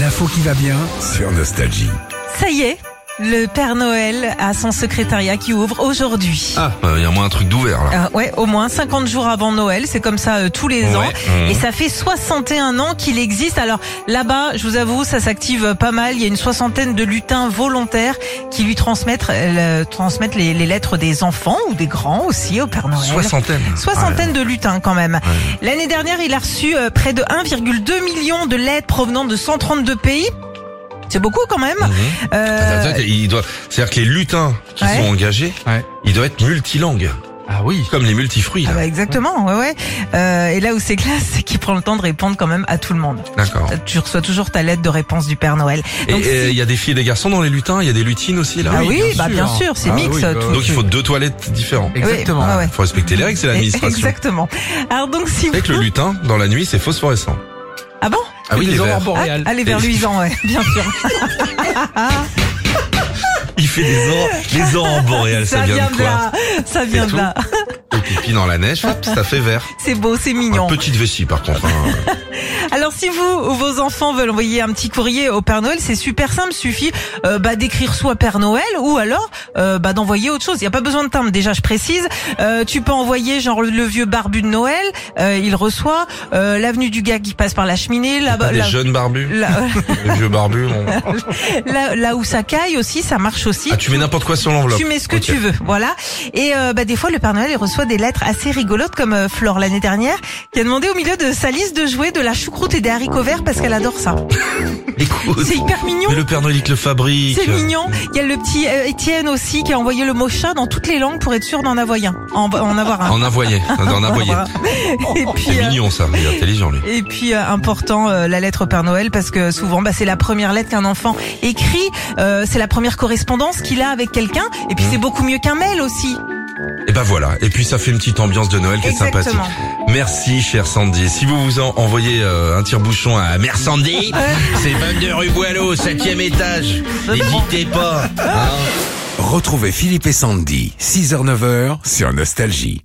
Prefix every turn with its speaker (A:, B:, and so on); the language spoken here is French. A: l'info qui va bien.
B: sur Nostalgie.
C: Ça y est, le Père Noël a son secrétariat qui ouvre aujourd'hui.
B: Ah, il y a moins un truc d'ouvert là.
C: Euh, ouais, au moins 50 jours avant Noël, c'est comme ça euh, tous les
B: Ouais,
C: ans.
B: mhm.
C: Et ça fait 61 ans qu'il existe. Alors là-bas, je vous avoue, ça s'active euh, pas mal. Il y a une soixantaine de lutins volontaires qui lui transmettent, euh, le- transmettent les, les lettres des enfants ou des grands aussi au Père Noël.
B: Soixantaine. Ah
C: Soixantaine de lutins quand même. L'année dernière, il a reçu euh, près de 1,2 million de lettres provenant de 132 pays. C'est beaucoup quand même.
B: Ouais. Mhm.
C: Euh,
B: Attends, attends, il doit- C'est-à-dire que les lutins qui
C: Ouais.
B: sont engagés,
A: Ouais.
B: ils doivent être multilangues,
A: Ah oui.
B: comme les multifruits.
C: Ah
B: là.
C: bah exactement, ouais ouais. Euh, et là où c'est classe, c'est qu'il prend le temps de répondre quand même à tout le monde.
B: D'accord.
C: Tu reçois toujours ta lettre de réponse du Père Noël.
B: Et
C: Donc,
B: et il y a des filles et des garçons dans les lutins, il y a des lutines aussi là.
C: Ah oui, bah, bien sûr, c'est mix, tout.
B: Ah bah, Donc il faut deux toilettes différentes.
C: oui,
A: Exactement.
C: Ah ouais, ouais.
B: Faut respecter les règles, c'est l'administration.
C: Exactement. Alors donc si
B: C'est que le
C: vous...
B: lutin dans la nuit, c'est phosphorescent.
C: Ah bon
B: Ah oui,
A: les
B: les
A: aurores
B: verts.
C: ah,
A: boréales.
C: Allez vers
B: Et-
C: Luisan, ouais, bien sûr.
B: Il fait des aurores, les aurores boréales, ça, vient de quoi
C: là. Ça vient de
B: tout.
C: là.
B: Et pipi dans la neige, hop, ça fait vert.
C: C'est beau, c'est
B: Une
C: mignon.
B: petite vessie par contre. hein.
C: Alors si vous ou vos enfants veulent envoyer un petit courrier au Père Noël, c'est super simple, suffit euh, bah, d'écrire soit Père Noël ou alors euh, bah, d'envoyer autre chose. Il n'y a pas besoin de timbre, déjà je précise. Euh, tu peux envoyer genre le, le vieux barbu de Noël, euh, il reçoit euh, l'avenue du gars qui passe par la cheminée, là,
B: Pas des
C: Ah bah là,
B: jeunes barbus,
C: là-
B: des vieux barbus. on-
C: là- là où ça caille aussi, ça marche aussi.
B: Ah, tu mets n'importe quoi sur l'enveloppe.
C: Tu mets ce que
B: Ok.
C: tu veux, voilà. Et euh, bah, des fois, le Père Noël il reçoit des lettres assez rigolotes, comme euh, Flore l'année dernière, qui a demandé au milieu de sa liste de jouets de la choucroute et des haricots verts parce qu'elle adore ça.
B: Écoute.
C: C'est hyper mignon.
B: Mais le Père Noël il te le fabrique.
C: C'est mignon. Il y a le petit euh, Étienne aussi qui a envoyé le mot chat dans toutes les langues pour être sûr d'en avoir un. En, en avoir un.
B: Ah, En avoyer, en avoyer.
C: Et puis,
B: Oh. C'est
C: euh,
B: mignon ça, il est intelligent lui.
C: et puis euh, important, euh, la lettre au Père Noël, parce que souvent, bah, c'est la première lettre qu'un enfant écrit, euh, c'est la première correspondance qu'il a avec quelqu'un, et
B: Mmh.
C: puis c'est beaucoup mieux qu'un mail aussi.
B: Et ben voilà, et puis ça fait une petite ambiance de Noël qui est sympathique.
C: Exactement.
B: Merci cher Sandy. Si vous vous en envoyez euh, un tire-bouchon à Mère Sandy, c'est 22 rue Boileau, 7ème étage. N'hésitez pas. hein.
D: Retrouvez Philippe et Sandy, 6h-9h sur Nostalgie.